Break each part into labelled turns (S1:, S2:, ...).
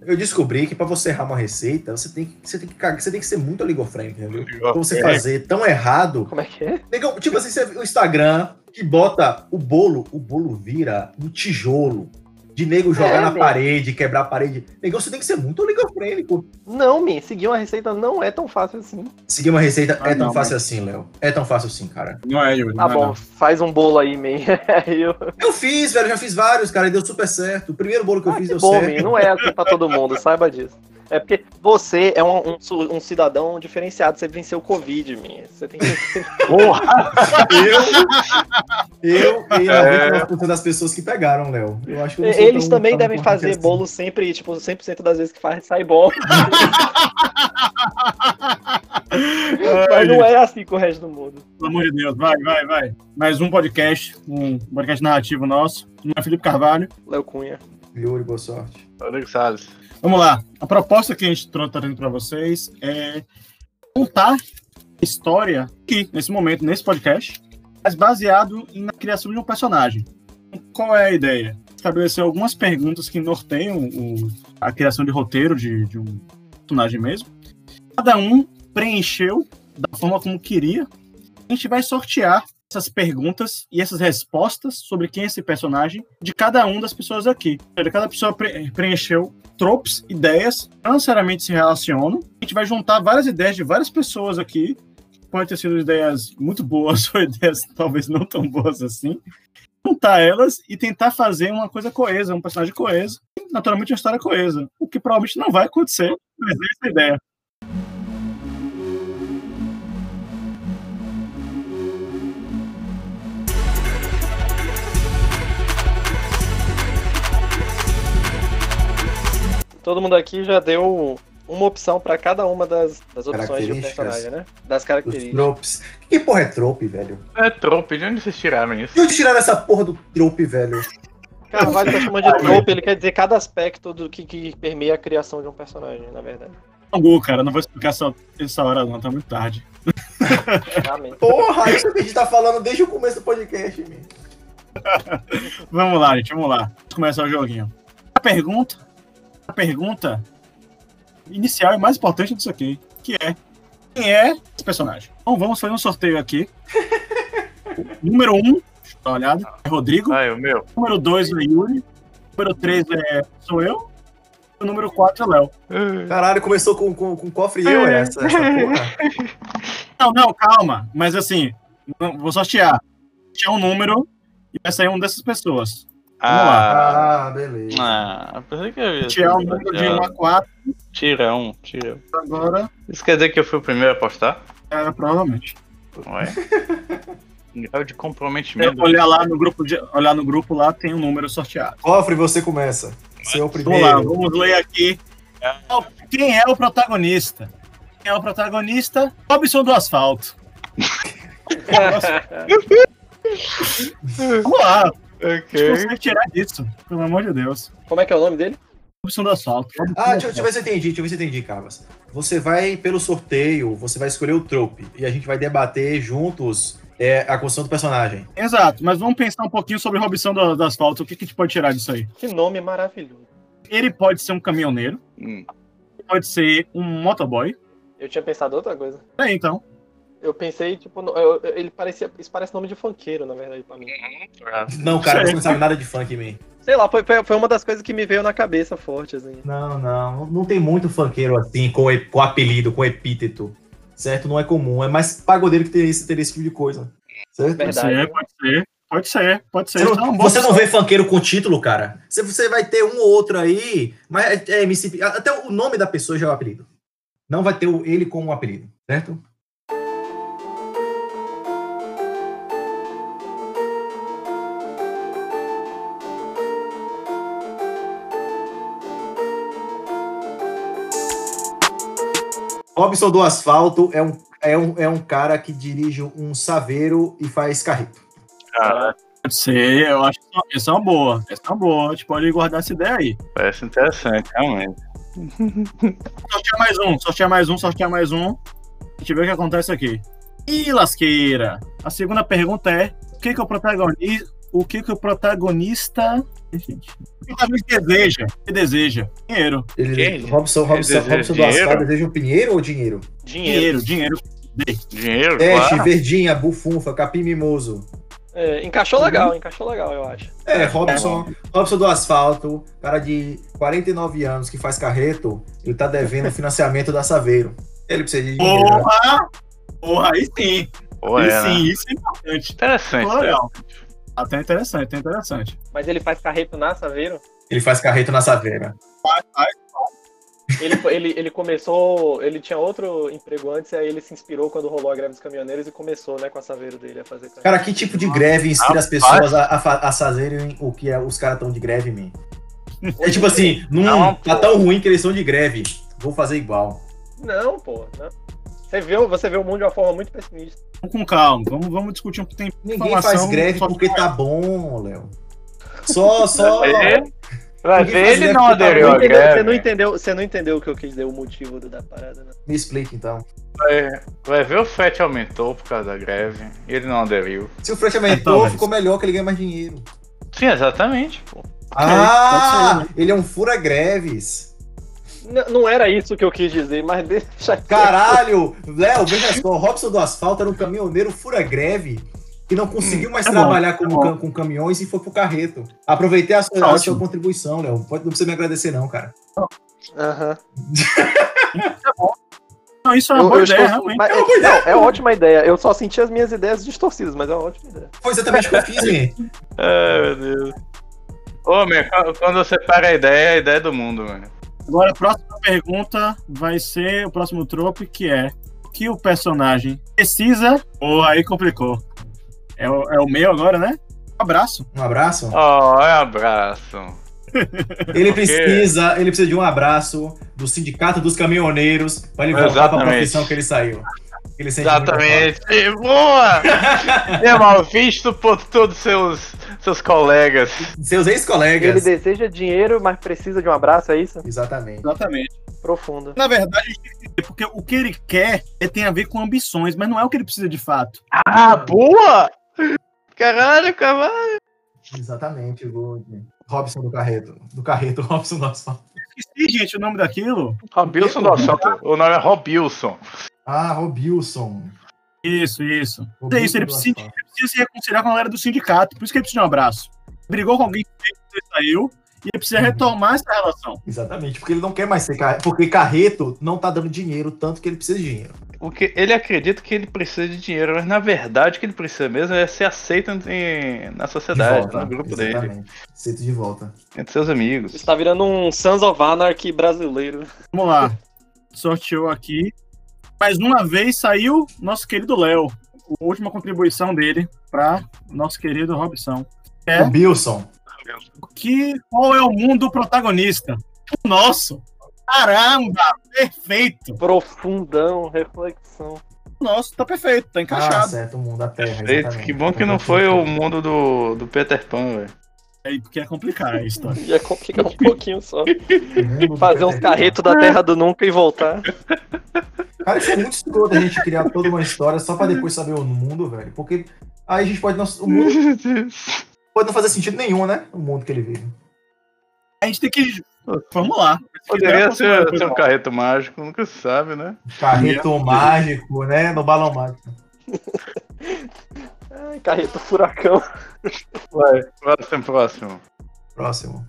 S1: Eu descobri que para você errar uma receita, você tem que, você tem que, cagar, você tem que ser muito oligofrênico, entendeu? Pra
S2: É.
S3: É,
S1: você fazer tão errado.
S2: Como é que é?
S1: Negão, tipo assim, você, o Instagram que bota o bolo, o bolo vira um tijolo. De nego jogar
S2: É,
S1: na
S2: meu.
S1: parede, quebrar a parede. Negão, você tem que ser muito oligofrênico.
S2: Não, me seguir uma receita não é tão fácil assim.
S1: Seguir uma receita
S3: Ah,
S1: é tão
S3: não,
S1: fácil assim, Léo. É tão fácil assim, cara.
S3: Não é, Yuri.
S2: Tá
S3: não é,
S2: bom,
S3: não.
S2: faz um bolo aí, man. Aí eu-
S1: Eu fiz, velho, já fiz vários, cara, e deu super certo. O primeiro bolo que eu
S2: Ah,
S1: fiz
S2: que
S1: deu
S2: bom,
S1: certo.
S2: man. Não é assim pra todo mundo, saiba disso. É porque você é um, um su- um cidadão diferenciado, você venceu o Covid, man. Você tem que.
S3: Porra!
S1: Eu e 99% das pessoas que pegaram, Léo. Eu acho que eu não sou
S2: Eles
S1: tão-
S2: também
S1: tão
S2: devem
S1: importante
S2: fazer
S1: assim.
S2: bolo sempre, tipo, 100% das vezes que faz, sai bom. Mas não é assim com o resto do mundo.
S3: Pelo amor de Deus, vai, vai, vai. Mais um podcast, um podcast narrativo nosso. Não é Felipe Carvalho.
S2: Léo Cunha.
S1: Yuri, boa sorte.
S4: Rodrigo Salles.
S3: Vamos lá. A proposta que a gente está trazendo para vocês é contar a história aqui, nesse momento, nesse podcast, mas baseado em- na criação de um personagem. Qual é a ideia? Estabelecer algumas perguntas que norteiam o- a criação de roteiro de, de um personagem mesmo. Cada um preencheu da forma como queria. A gente vai sortear essas perguntas e essas respostas sobre quem é esse personagem de cada um das pessoas aqui. Ou seja, Cada pessoa pre- preencheu tropes, ideias, não necessariamente se relacionam. A gente vai juntar várias ideias de várias pessoas aqui. Pode ter sido ideias muito boas ou ideias talvez não tão boas assim. Juntar elas e tentar fazer uma coisa coesa, um personagem coeso. e, Naturalmente, uma história coesa. O que provavelmente não vai acontecer, mas é essa a ideia.
S2: Todo mundo aqui já deu uma opção pra cada uma das, das opções de um
S1: Características.
S2: personagem, né? Das
S1: Os
S2: características.
S1: tropes. Que porra é trope, velho?
S4: É trope, de onde vocês tiraram isso?
S1: De onde tiraram essa porra do trope, velho?
S2: Carvalho tá chamando de trope, ele quer dizer cada aspecto do que, que permeia a criação de um personagem, na verdade.
S3: Não, cara, não vou explicar essa, essa hora, não, tá muito tarde.
S2: Realmente.
S1: Porra, isso que a gente tá falando desde o começo do podcast, meu.
S3: Vamos lá, gente, vamos lá. Vamos começar o joguinho. A pergunta, a pergunta inicial e mais importante disso aqui, que é quem é esse personagem? Então vamos fazer um sorteio aqui. O número 1, um, deixa eu dar uma olhada, é Rodrigo.
S4: Ah, é o meu.
S3: O número 2 é Yuri. O número 3 é sou eu. E O número 4 é Léo.
S1: Caralho, começou com, com, com cofre e eu, é essa, essa porra.
S3: Não, não, calma. Mas assim, não- vou sortear. Tinha um número e vai sair um dessas pessoas.
S4: Ah,
S1: Ah, beleza.
S4: ah, pensei que eu ia. ah,
S3: Tirar o número um de 1 a 4
S4: Tira um, tira um.
S3: agora,
S4: Isso quer dizer que eu fui o primeiro a apostar?
S3: é, provavelmente.
S4: Ué. Grau de
S3: É,
S4: comprometimento.
S3: olhar lá no grupo, de- olhar no grupo lá tem um número sorteado.
S1: Cofre, você começa. Você é o
S3: Vamos lá,
S1: primeiro.
S3: vamos ler aqui. Quem é o protagonista? Quem é o protagonista? Robson do asfalto. Vamos lá, a gente
S4: Ok.
S3: consegue tirar disso, pelo amor de Deus.
S2: Como é que é o nome dele?
S3: Robson do asfalto. Robson
S1: Ah,
S3: do
S1: deixa, eu- deixa eu ver se eu entendi, deixa eu ver se eu entendi, Carvas. Você vai pelo sorteio, você vai escolher o trope e a gente vai debater juntos é, a construção do personagem.
S3: asfalto. Exato, mas vamos pensar um pouquinho sobre Robson do, do asfalto. O que, que a gente pode tirar disso aí?
S2: Que nome maravilhoso.
S3: Ele pode ser um caminhoneiro,
S4: Hum.
S3: pode ser um motoboy.
S2: Eu tinha pensado outra coisa.
S3: É, então.
S2: Eu pensei, tipo, no- eu- eu- ele parecia. Isso parece nome de funkeiro, na verdade, pra mim.
S4: Ah,
S1: Não, cara, você não sabe nada de funk em mim.
S2: Sei lá, foi, foi foi uma das coisas que me veio na cabeça forte, assim.
S1: Não, não. Não tem muito funkeiro assim, com, e- com apelido, com epíteto. Certo? Não é comum. É mais pagodeiro que tem esse, ter esse tipo de coisa. Certo?
S3: Pode
S2: Verdade.
S3: ser, pode ser, pode ser, pode ser.
S1: Você
S3: Isso é
S1: não,
S3: uma boa
S1: você não vê funkeiro com título, cara. Você, você vai ter um ou outro aí, mas é, é MC, até o nome da pessoa já é o apelido. Não vai ter o- ele como um apelido, certo? Robson do Asfalto é um, é, um, é um cara que dirige um saveiro e faz carrito.
S3: Ah.
S4: cara,
S3: Pode ser, eu acho que essa é uma boa. Essa é uma boa. A gente pode guardar essa ideia aí.
S4: parece interessante, realmente.
S3: Sortear mais um, sortear mais um, sortear mais um. A gente vê o que acontece aqui. Ih, lasqueira! A segunda pergunta é: o que, que o protagonista. O que, que o protagonista gente. O Davi deseja, que deseja, dinheiro,
S1: Ele,
S4: Quem?
S1: Robson, Robson,
S4: Deseja
S1: Robson do
S4: dinheiro?
S1: Asfalto deseja o Pinheiro ou dinheiro?
S2: Dinheiro.
S3: dinheiro, dinheiro.
S4: Dinheiro,
S3: É,
S1: Teste,
S4: claro.
S1: Verdinha, Bufunfa, Capim Mimoso.
S2: É, encaixou legal, encaixou legal, eu acho.
S1: É, Robson, Robson do Asfalto, cara de 49 anos que faz carreto, ele tá devendo o financiamento da Saveiro. Ele precisa de dinheiro. né?
S3: Porra! Porra, aí sim.
S4: Pô,
S3: aí
S4: é, né?
S3: sim, isso é importante.
S4: Interessante. né?
S3: Ficou
S4: Legal.
S3: legal. Até interessante, até interessante.
S2: Mas ele faz carreto na Saveiro.
S1: Ele faz carreto na Saveira.
S2: Ele, ele, ele começou, ele tinha outro emprego antes, aí ele se inspirou quando rolou a greve dos caminhoneiros e começou, né, com a Saveiro dele a fazer carreto.
S1: Cara, que tipo de greve inspira as pessoas a, a fa- a fazerem o que é, os caras estão de greve, man? É tipo assim, não,
S4: Não,
S1: tá
S4: pô.
S1: tão ruim que eles estão de greve. Vou fazer igual.
S2: Não, pô. Não. Você, vê, o- você vê o mundo de uma forma muito pessimista.
S3: Vamos com calma, vamos, vamos discutir um tempo.
S1: Ninguém
S3: Informação,
S1: faz greve
S3: só-
S1: porque tá bom, Léo. Só, só.
S4: Vai ver, vai
S1: Ninguém faz
S4: ver, ele
S1: greve
S4: não
S1: porque tá
S4: aderiu
S1: ruim,
S4: à
S2: Entendeu? Você, não
S3: né?
S4: greve.
S2: entendeu, você não entendeu o que eu quis dizer, o motivo do- da parada, né?
S1: Me explica então.
S4: Vai, vai ver o frete aumentou por causa da greve. Ele não aderiu.
S1: Se o frete
S3: Então, É,
S1: aumentou,
S3: velho.
S1: ficou melhor que ele ganha mais dinheiro.
S4: Sim, exatamente, pô.
S1: Ah,
S3: né?
S1: ele é um fura-greves.
S2: N- Não era isso que eu quis dizer, mas deixa
S1: Caralho, Léo, veja só, o Robson do Asfalto era um caminhoneiro fura-greve que não conseguiu mais
S3: tá bom,
S1: trabalhar
S3: tá
S1: como
S3: bom.
S1: cam- com caminhões e foi pro carreto. Aproveitei a sua,
S3: Tá
S1: a
S3: ótimo.
S1: sua contribuição, Léo. Pode- Não precisa me agradecer, não, cara.
S2: Aham.
S3: Não, isso é uma
S2: Eu-
S3: boa
S2: eu
S3: ideia,
S2: estou-
S3: realmente.
S2: mas-
S1: É uma boa
S2: não, é uma ótima ideia. Eu só senti as minhas ideias distorcidas, mas é uma ótima ideia.
S1: Foi exatamente o que eu fiz, hein?
S4: Ai, É, meu Deus. Ô, meu, qu- quando você para a ideia, é a ideia do mundo, mano.
S3: Agora, a próxima pergunta vai ser o próximo trope, que é o que o personagem precisa. Ou aí complicou. É o, é o meu agora, né? Abraço.
S1: Um abraço.
S4: Ó, é um abraço.
S1: Ele
S4: Porque-
S1: precisa, ele precisa de um abraço do sindicato dos caminhoneiros para ele voltar para a
S4: Exatamente.
S1: profissão que ele saiu. Ele sente muita
S4: Exatamente. Boa! é mal visto por todos seus, seus colegas.
S1: falta. Seus
S2: Ele
S1: ex-colegas.
S2: deseja dinheiro, mas precisa de um abraço, é isso?
S1: Exatamente.
S3: Exatamente.
S2: Profundo.
S3: Na verdade, a gente tem que entender, porque o que ele quer é, tem a ver com ambições, mas não é o que ele precisa de fato.
S4: Ah, boa! Caralho, cavalo.
S1: Exatamente, Gold. Robson do Carreto. Do Carreto, Robson do Asfalto.
S3: Esqueci, gente, o nome daquilo.
S4: Robilson do assalto. O nome é Robilson.
S1: Ah, Robilson.
S3: Isso, isso.
S1: Robilson
S3: É isso, ele
S1: do
S3: precisa-
S1: Asfalto.
S3: precisa se reconciliar com a galera do sindicato. Por isso que ele precisa de um abraço. Brigou com alguém que saiu e ele precisa retomar essa relação.
S1: Exatamente, porque ele não quer mais ser carreto. Porque carreto não tá dando dinheiro, tanto que ele precisa de dinheiro.
S4: O que ele acredita que ele precisa de dinheiro, mas na verdade o que ele precisa mesmo é ser aceito em- na
S1: De
S4: sociedade,
S1: volta.
S4: no grupo dele,
S1: Exatamente. Sinto de volta.
S4: entre seus amigos.
S2: Está virando um Sons of Anarchy brasileiro.
S3: Vamos lá. Sorteou aqui. Mais uma vez saiu nosso querido Léo. A última contribuição dele para nosso querido Robson. É.
S1: Robilson.
S3: Que, qual é o mundo protagonista? O nosso. Caramba, perfeito.
S2: Profundão, reflexão.
S3: O nosso tá perfeito, tá
S1: Ah,
S3: encaixado.
S1: certo, o mundo da Terra.
S4: Eita,
S1: exatamente.
S4: que bom que não foi o mundo do, do Peter Pan, velho.
S3: Aí, porque é complicar a história.
S2: Ia complicar um pouquinho só.
S1: mundo do
S2: Fazer uns
S1: Peter Pan.
S2: carretos da terra do nunca e voltar.
S1: Cara, isso é muito escroto a gente criar toda uma história só pra depois saber o mundo, velho. Porque aí a gente pode não. O mundo pode não fazer sentido nenhum, né? O mundo que ele vive.
S3: A gente tem que. Vamos lá.
S4: Poderia ser, ser
S3: Coisa
S4: um carreto mágico, nunca se sabe, né?
S1: Carreto mágico, né? No balão mágico.
S2: Ai, carreto furacão.
S4: Vai. Próximo, próximo.
S1: Próximo.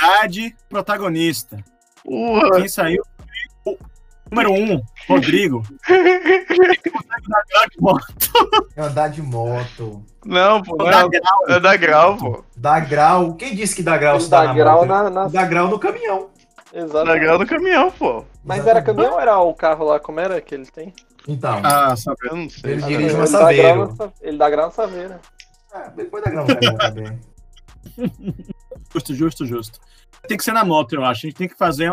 S3: Idade protagonista.
S4: Porra!
S3: Quem saiu foi o número um, Rodrigo.
S1: É Andar de moto.
S4: Não, pô, não
S3: Da
S4: é, é da grau, pô.
S1: Dar grau. Quem disse que dá grau se dá
S2: Dá
S1: tá na
S2: grau
S1: moto?
S2: na. na...
S1: Dá grau no caminhão.
S4: Da
S2: Exato.
S4: grau no caminhão, pô.
S2: Mas era caminhão ou era o carro lá? Como era que ele tem?
S1: Então,
S3: Ah, sabe.
S4: Eu não sei.
S1: Ele dirige uma
S2: Ele dá grau
S1: saveiro.
S2: na sa- Ele dá grau na saveira.
S1: Ah, depois dá grau no caminhão também.
S3: Justo, justo, justo. Tem que ser na moto, eu acho. A gente tem que fazer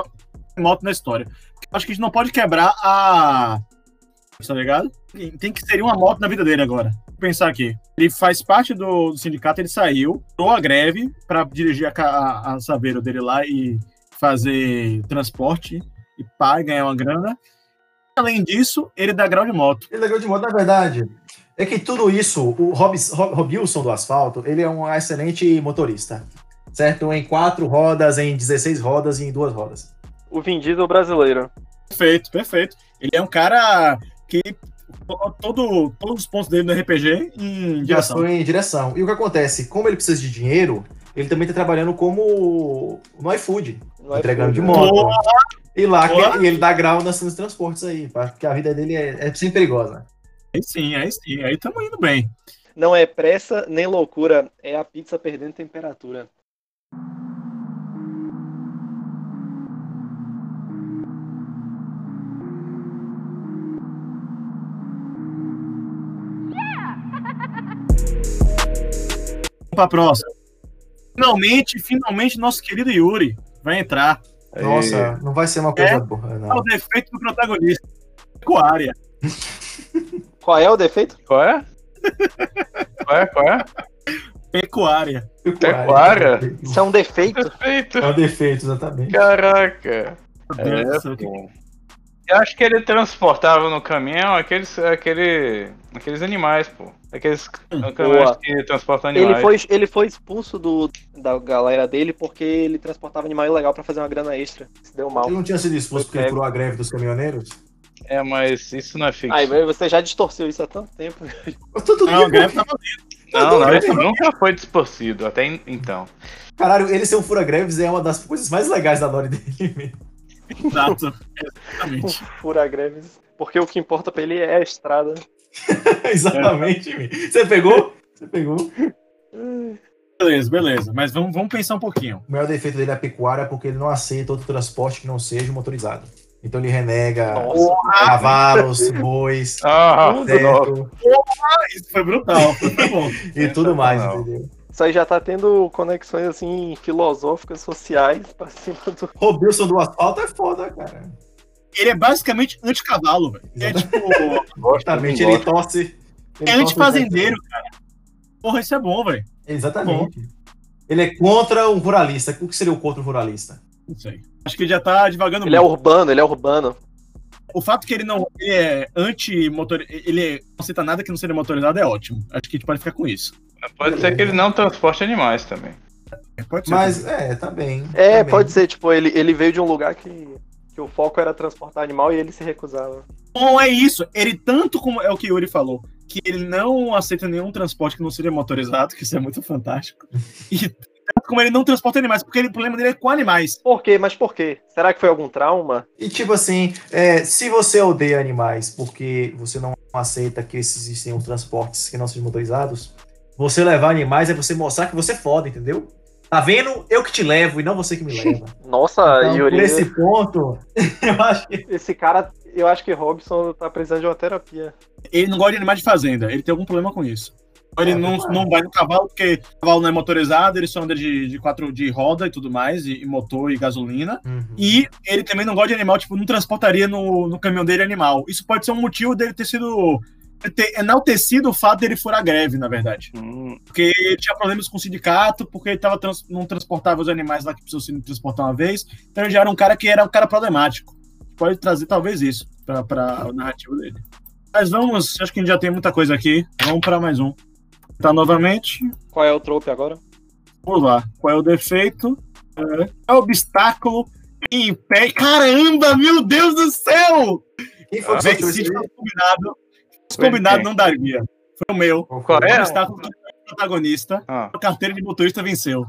S3: moto na história. Eu acho que a gente não pode quebrar a. Tá ligado? Tem que ser uma moto na vida dele agora. Vou pensar aqui. Ele faz parte do, do sindicato, ele saiu, deu a greve pra dirigir a, ca- a, a Saveiro dele lá e fazer transporte e pai ganhar uma grana. Além disso, ele dá grau de moto.
S1: é Ele dá grau de moto, na verdade. É que tudo isso, o Robs- Rob- Robilson do asfalto, ele é um excelente motorista. Certo? Em quatro rodas, em 16 rodas e em duas rodas.
S2: O Vin Diesel brasileiro.
S3: Perfeito, perfeito. Ele é um cara que colocou todo, todos os pontos dele no RPG em direção.
S1: Direção em direção. E o que acontece? Como ele precisa de dinheiro, ele também tá trabalhando como no iFood,
S2: Não é
S1: entregando de
S2: foda.
S1: moto. E lá que-
S3: né? Boa.
S1: e ele dá grau nas- nos transportes aí, porque a vida dele é, é sempre perigosa.
S3: Aí sim, aí sim, aí estamos indo bem.
S2: Não é pressa nem loucura, é a pizza perdendo temperatura.
S3: Vamos pra próxima. Finalmente, finalmente, nosso querido Yuri vai entrar.
S1: Nossa, não vai ser uma coisa
S3: É?
S1: boa,
S3: É o
S1: não.
S3: defeito do protagonista. Pecuária.
S2: Qual é o defeito?
S4: E- Qual é? Qual é? Qual é?
S3: Pecuária.
S4: Pecuária?
S2: Isso é um defeito?
S4: Perfeito.
S1: né? É um defeito, exatamente.
S4: Caraca.
S3: Meu Deus do céu,
S4: É,
S3: que-
S4: pô. Eu acho que ele transportava no caminhão aqueles, aquele, aqueles animais, pô. Aqueles caminhões que transportam animais.
S2: Hum, Ele foi, ele foi expulso do, da galera dele porque ele transportava animal ilegal pra fazer uma grana extra. Se deu mal.
S1: Ele não tinha sido expulso porque ele furou a greve dos caminhoneiros?
S4: É, mas isso não é fixo.
S2: Ai, mas você já distorceu isso há tanto tempo.
S1: Tudo
S3: Não, o Grêmio tava
S2: tá
S4: não, não,
S1: não,
S4: isso nunca foi distorcido, até en- então.
S1: Caralho, ele ser um fura-greves é uma das coisas mais legais da lore dele.
S3: exato. Exatamente.
S2: Fura greves. Porque o que importa pra ele é a estrada.
S3: É.
S1: Exatamente. Mimi. Você pegou? Você pegou?
S3: Beleza, beleza. Mas vamos, vamos pensar um pouquinho.
S1: O maior defeito dele é a pecuária porque ele não aceita outro transporte que não seja o motorizado. Então ele renega
S2: Nossa.
S1: cavalos, bois,
S4: Ah, não.
S1: certo,
S3: Isso foi brutal. Foi bom.
S1: e tudo mais,
S4: Não.
S1: entendeu?
S2: Isso aí já tá tendo conexões assim filosóficas, sociais, pra cima do.
S1: Robilson do asfalto é foda, cara.
S3: Ele é basicamente anti-cavalo, velho. Ele É tipo.
S4: gosto,
S1: Exatamente,
S4: não
S1: ele
S4: gosto.
S1: torce. ele
S3: É
S1: torce
S3: anti-fazendeiro, cara. Porra, isso é bom, velho.
S1: o- Exatamente. Ele é contra um ruralista. O que seria o contra um ruralista?
S3: Não sei. Acho que ele já tá devagando
S2: Ele é urbano, ele é urbano.
S3: O fato que ele não ele é anti-motor. Ele não aceita nada que não seja motorizado é ótimo. Acho que a gente pode ficar com isso.
S4: Pode ser que ele não transporte animais também.
S3: É, Pode ser.
S1: Mas, é, tá bem.
S2: É,
S1: tá bem.
S2: pode ser, tipo, ele, ele veio de um lugar que, que o foco era transportar animal e ele se recusava.
S3: Bom, é isso. Ele, tanto como é o que Yuri falou, que ele não aceita nenhum transporte que não seja motorizado, que isso é muito fantástico. E tanto como ele não transporta animais, porque ele- o problema dele é com animais.
S2: Por quê? Mas por quê? Será que foi algum trauma?
S1: E tipo assim, é, se você odeia animais porque você não aceita que existem os transportes que não sejam motorizados, você levar animais é você mostrar que você é foda, entendeu? Tá vendo? Eu que te levo e não você que me leva.
S2: Nossa,
S1: Então,
S2: Yuri,
S1: por
S2: esse...
S1: esse ponto, eu acho que
S2: cara, eu acho que Robson tá precisando de uma terapia.
S3: Ele não gosta de animais de fazenda, ele tem algum problema com isso. Ele
S1: É,
S3: não,
S1: verdade.
S3: não vai no cavalo, porque cavalo não é motorizado, ele só anda de, de quatro de roda e tudo mais, e, e motor e gasolina. E ele também não gosta de animal, tipo, não transportaria no, no caminhão dele animal. Isso pode ser um motivo dele ter sido. ele ter enaltecido o fato dele furar greve, na verdade.
S4: Hum,
S3: Porque ele tinha problemas com o sindicato, porque ele tava trans- não transportava os animais lá que precisou se transportar uma vez. Então ele já era um cara que era um cara problemático. Pode trazer talvez isso pra, pra o narrativo dele. Mas vamos, acho que a gente já tem muita coisa aqui. Vamos pra mais um. Tá novamente.
S2: Qual é o trope agora?
S3: Vamos lá. Qual é o defeito? É, é o obstáculo que impede. Caramba, meu Deus do céu!
S1: quem foi que
S3: Vem,
S1: sorteou
S3: se
S1: esse
S3: fosse
S1: livro?
S3: combinado, se fosse combinado não daria. Foi o meu.
S4: Qual
S3: O
S4: é?
S3: obstáculo que impede o protagonista,
S4: Ah.
S3: a carteira de motorista venceu.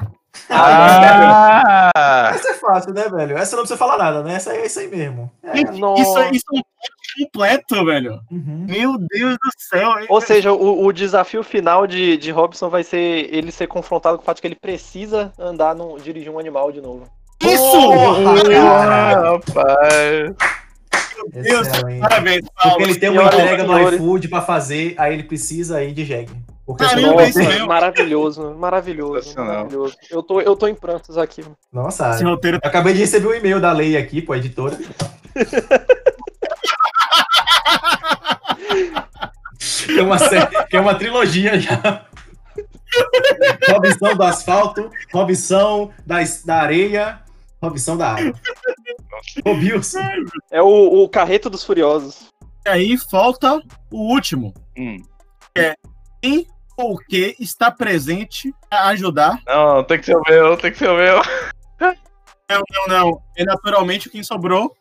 S4: Ah,
S1: Essa é fácil, né, velho? Essa não precisa falar nada, né? Essa é isso aí mesmo. É.
S2: Nossa.
S3: Isso, isso é um plot completo, velho.
S1: Uhum.
S3: Meu Deus do céu. hein?
S2: Ou seja, o, o desafio final de, de Robson vai ser ele ser confrontado com o fato que ele precisa andar, no, dirigir um animal de novo.
S1: Oh,
S3: isso!
S2: Ah,
S1: Porra,
S4: rapaz.
S3: Meu Deus,
S1: Excelente.
S3: parabéns,
S1: Porque
S3: Paulo.
S1: ele tem uma
S2: Senhoras e
S1: entrega no
S2: senhores.
S1: iFood pra fazer, aí ele precisa ir de jegue. Porque
S3: Caramba,
S1: senão-
S3: isso é um- mesmo.
S2: maravilhoso, maravilhoso,
S4: Sensacional.
S2: maravilhoso. Eu tô, eu tô em prantos aqui.
S1: Nossa,
S3: Esse roteiro
S1: Eu acabei de receber um e-mail da lei aqui, pô, editora. que, é uma série, que é uma trilogia já. Robson do asfalto, Robson da, es- da areia, Robson da água. Robilson.
S2: É o, o Carreto dos Furiosos.
S3: aí falta tá o último.
S4: Hum.
S3: que é quem ou o que está presente a ajudar.
S4: Não, tem que ser o meu, tem que ser o meu.
S3: Não, não, não. É naturalmente quem sobrou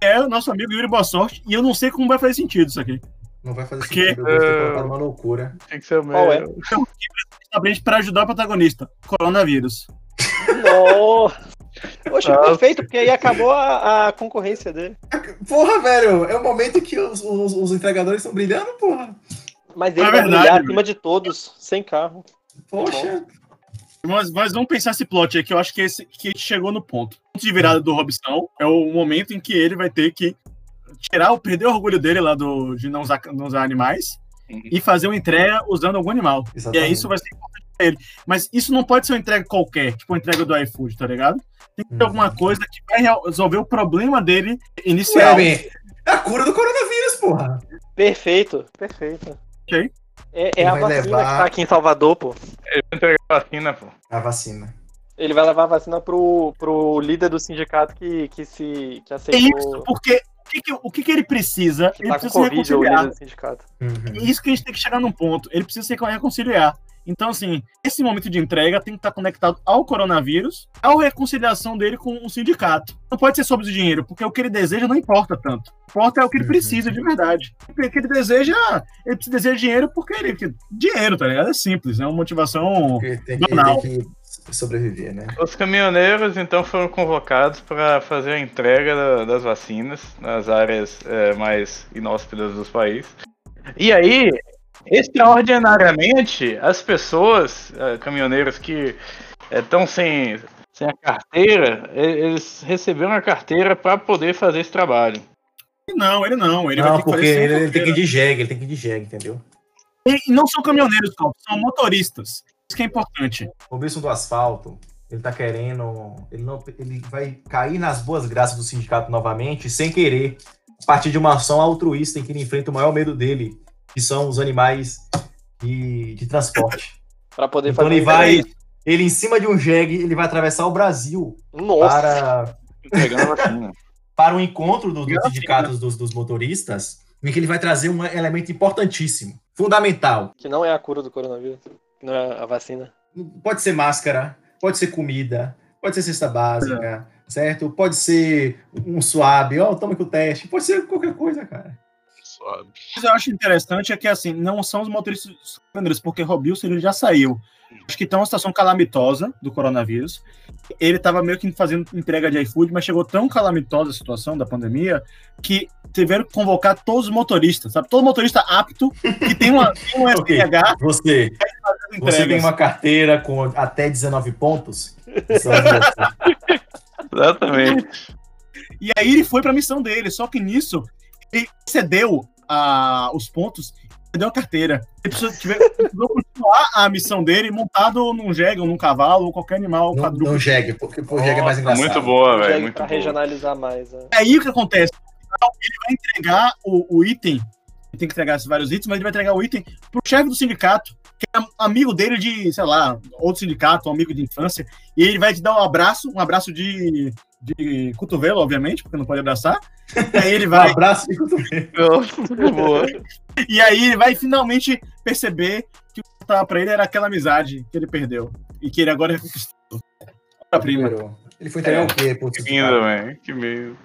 S3: é o nosso amigo Yuri Boa Sorte. E eu não sei como vai fazer sentido isso aqui.
S1: Não vai fazer
S3: Porque-
S1: sentido. Eu ter colocado uma loucura.
S4: Tem que ser o meu.
S2: Qual é?
S3: Então, quem está presente para ajudar o protagonista? Coronavírus.
S2: Nossa! Poxa,
S4: Nossa.
S2: perfeito, porque aí acabou a, a concorrência dele.
S1: Porra, velho, é o momento que os, os- os entregadores estão brilhando, porra.
S2: Mas ele
S3: É
S2: vai
S3: verdade,
S2: brilhar
S3: velho.
S2: acima de todos, sem carro.
S1: Poxa.
S3: Mas, mas vamos pensar esse plot aqui. Eu acho que esse que chegou no ponto. O ponto de virada do Robson é o momento em que ele vai ter que tirar ou perder o orgulho dele lá do, de não usar, não usar animais
S4: Uhum.
S3: e fazer uma entrega usando algum animal. E aí isso vai ser importante pra ele. Mas isso não pode ser uma entrega qualquer, tipo a entrega do iFood, tá ligado? Tem que ter
S1: Uhum.
S3: alguma coisa que vai real- resolver o problema dele inicial.
S1: Ué, bem, é a cura do coronavírus, porra.
S2: Perfeito, perfeito.
S3: Ok.
S2: É, é
S1: Ele
S2: a
S1: vai
S2: vacina
S1: levar-
S2: que tá aqui em Salvador, pô.
S4: Entregar a vacina, pô.
S1: A vacina.
S2: Ele vai levar a vacina pro, pro líder do sindicato que, que se que
S3: É
S2: aceitou
S3: isso, porque o que, que- o que, que ele precisa?
S2: que
S3: Ele
S2: tá com
S3: precisa se
S2: Covid, o líder
S3: reconciliar.
S2: do sindicato.
S1: Uhum.
S3: É isso que a gente tem que chegar num ponto. Ele precisa se reconciliar. Então, assim, esse momento de entrega tem que estar conectado ao coronavírus, à reconciliação dele com o sindicato. Não pode ser sobre o dinheiro, porque o que ele deseja não importa tanto. O que importa é o que ele
S1: Uhum.
S3: precisa de verdade. O que ele deseja, ele precisa deseja dinheiro porque ele. que- Dinheiro, tá ligado? É simples, é uma motivação.
S1: Porque tem que,
S3: Banal.
S1: tem que sobreviver, né?
S4: Os caminhoneiros então foram convocados para fazer a entrega da- das vacinas nas áreas eh, mais inóspitas do país. E aí, extraordinariamente, as pessoas, eh, caminhoneiros que estão sem, sem a carteira, e- eles receberam a carteira para poder fazer esse trabalho.
S3: Não, ele não. Ele vai
S1: não,
S3: ter que
S1: porque
S3: fazer sem
S1: ele, ele tem que ir
S3: fronteira.
S1: de jegue, ele tem que ir de jegue, entendeu?
S3: E não são caminhoneiros, Cobb, são motoristas. Isso que é importante.
S1: O Wilson do asfalto, ele tá querendo. Ele, não, ele vai cair nas boas graças do sindicato novamente, sem querer, a partir de uma ação altruísta em que ele enfrenta o maior medo dele, que são os animais de, de transporte.
S2: Pra poder
S1: Então
S2: fazer um
S1: ele vai. Ele, em cima de um jegue, ele vai atravessar o Brasil
S2: Nossa!
S1: para
S4: Entregando a vacina.
S1: para o encontro dos, dos
S3: Gracinha.
S1: sindicatos dos, dos motoristas, em que ele vai trazer um elemento importantíssimo, fundamental.
S2: Que não é a cura do coronavírus. que Não é a vacina.
S1: Pode ser máscara, pode ser comida, pode ser cesta básica, certo? Pode ser um suave, ó, toma aqui o teste, pode ser qualquer coisa, cara.
S3: Mas eu acho interessante é que, assim, não são os motoristas dos caminhoneiros, porque Robilson ele já saiu. Acho que tá uma situação calamitosa do coronavírus. Ele tava meio que fazendo entrega de iFood, mas chegou tão calamitosa a situação da pandemia que tiveram que convocar todos os motoristas, sabe? Todo motorista apto que tem uma, tem um
S1: Ok.
S3: SPH
S1: Você,
S3: fazendo
S1: você tem
S3: entregas.
S1: uma carteira com até 19 pontos? São as duas.
S4: Exatamente.
S3: E aí ele foi pra missão dele, só que nisso ele cedeu a, os pontos e perdeu a carteira. Ele precisou, tiver, precisou continuar a missão dele montado num jegue, ou num cavalo, ou qualquer animal,
S1: não,
S3: quadrúpede.
S1: não jegue, porque o jegue é mais engraçado.
S4: Muito boa,
S2: Consegue
S4: Ah, velho. Muito
S2: pra
S4: boa.
S2: regionalizar mais. Né?
S3: É aí o que acontece. No final, Ele vai entregar o, o item. Ele tem que entregar esses vários itens, mas ele vai entregar o item pro chefe do sindicato, que é amigo dele de, sei lá, outro sindicato, um amigo de infância. E ele vai te dar um abraço, um abraço de, de cotovelo, obviamente, porque não pode abraçar. E aí ele
S1: Um
S3: vai,
S1: abraço e tudo bem.
S4: Muito boa.
S3: e aí ele vai finalmente perceber que o que tava pra ele era aquela amizade que ele perdeu. E que ele agora reconquistou. Ora, prima.
S1: Ele foi entregar
S4: É.
S1: o quê? pô?
S4: Que lindo, velho. Que meio.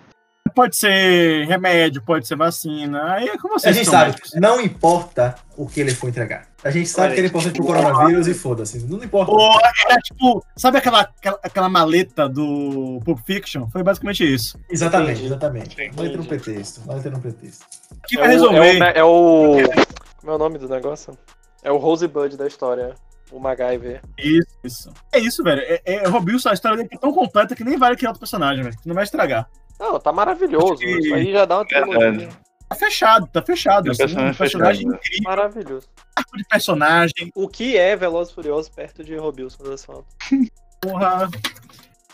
S3: Pode ser remédio, pode ser vacina. Aí é com
S1: A
S3: vocês.
S1: gente
S3: são
S1: sabe,
S3: médicos.
S1: não importa o que ele for entregar. A gente sabe que ele é importante pro coronavírus e foda-se. Não importa.
S3: Ou era tipo, sabe aquela, aquela, aquela maleta do Pulp Fiction? Foi basicamente isso.
S1: Exatamente,
S2: Entendi.
S1: exatamente.
S4: Entendi.
S1: Não entra no pretexto. Não entra no pretexto.
S3: Que
S2: É
S3: vai
S2: o-
S3: resolver.
S2: É o, é o- Como é o nome do negócio? É o Rosebud da história. O MacGyver.
S3: Isso, isso. É isso, velho. É, é, Robilson, a história dele é tão completa que nem vale criar outro personagem, velho. Não vai estragar.
S2: Não, tá maravilhoso.
S3: Acho que-
S2: Isso aí já dá uma trilogia.
S3: Tá fechado, tá fechado.
S4: É um
S3: assim,
S4: personagem
S3: um personagem
S2: né?
S4: fechado,
S3: incrível,
S2: Maravilhoso.
S3: arco de personagem,
S2: O que é Veloz e Furioso perto de Robilson do Asfalto?
S3: porra.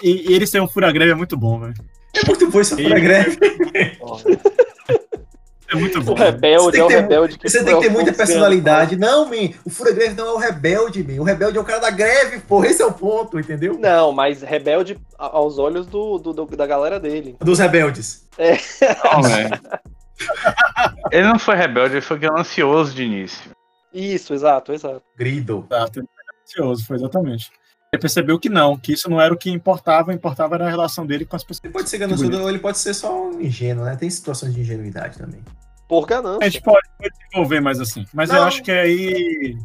S3: E, e ele ser um furagreve é muito bom, velho.
S1: É muito bom isso
S3: E-
S1: pra greve.
S3: É muito
S2: O
S3: bom.
S1: então, Você
S2: rebelde
S1: tem
S2: é o
S1: que ter-
S2: rebelde que
S1: Você tem que ter muita personalidade. Não, Min, o fura greve não é o rebelde, Min. O rebelde é o cara da greve, porra. Esse é o ponto, entendeu?
S2: Não, mas rebelde a- aos olhos do, do- do- da galera dele.
S1: Dos rebeldes.
S4: Tá é. Não, velho. Ele não foi rebelde, ele foi ganancioso de início.
S2: Isso, exato, exato.
S1: Grido.
S3: Exato, ele era ansioso, foi exatamente. Ele percebeu que não, que isso não era o que importava, importava era a relação dele com as pessoas.
S1: Ele pode ser ganancioso ou ele pode ser só um ingênuo, né? Tem situações de ingenuidade também.
S2: Por
S3: A
S2: ganância.
S3: gente pode desenvolver mais assim. Mas eu
S1: Não.
S3: acho que aí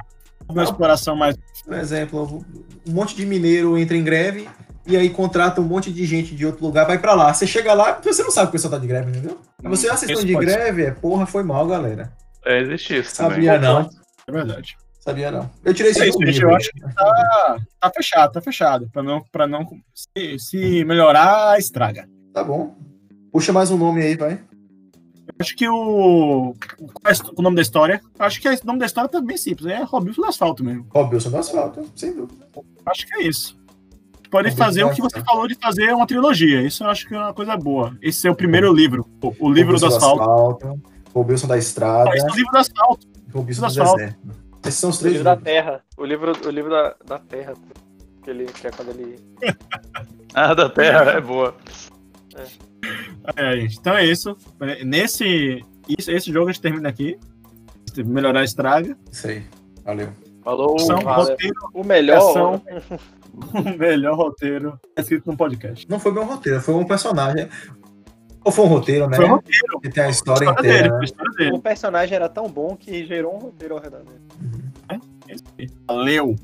S3: uma exploração mais.
S1: Por exemplo, um monte de mineiro entra em greve e aí contrata um monte de gente de outro lugar, vai pra lá. Você chega lá, você não sabe que o pessoal tá de greve, entendeu? Aí Você, ah, vocês estão
S3: Isso
S1: de
S3: pode ser.
S1: greve? É, porra, foi mal, galera.
S4: É, existe isso também.
S1: Sabia não.
S3: É verdade.
S1: Sabia não. Eu tirei isso
S3: É
S1: do
S3: isso, gente,
S1: livro.
S3: eu acho Tá, tá fechado, tá fechado. Pra não, pra não se, se melhorar, estraga.
S1: Tá bom. Puxa mais um nome aí, vai.
S3: Acho que o. qual é O nome da história. Acho que o nome da história tá bem simples. É Robinson do Asfalto mesmo.
S1: Robinson do Asfalto, sem dúvida.
S3: Acho que é isso. Pode
S1: Robinson
S3: fazer o
S1: do
S3: que você
S1: Asfalto.
S3: falou de fazer uma trilogia. Isso eu acho que é uma coisa boa. Esse é o primeiro livro. o- O livro do
S1: Robinson
S3: asfalto.
S1: Robinson da Estrada,
S3: Ah, Esse é o livro do asfalto.
S1: Robinson
S3: do
S1: do,
S3: asfalto.
S1: Deserto. Esses são os
S2: O
S1: três
S2: livro da
S1: livros.
S2: Terra. O livro, o livro da, da Terra. Que ele que é quando ele.
S4: Ah, da Terra é boa.
S3: É, gente. Então é isso. Nesse. isso- Esse jogo a gente termina aqui. Se Melhorar estraga.
S1: Isso aí. Valeu.
S2: Falou,
S3: São É,
S2: valeu.
S3: roteiro,
S2: o melhor.
S3: ação. o melhor roteiro escrito num podcast.
S1: Não foi bem um roteiro, foi um personagem. Ou foi um roteiro, né?
S3: Foi o roteiro.
S1: Que tem a
S3: A
S1: história
S3: história
S1: inteira.
S3: dele. foi um A
S1: né?
S3: história dele.
S2: O personagem era tão bom que gerou um roteiro ao redor dele.
S3: Valeu.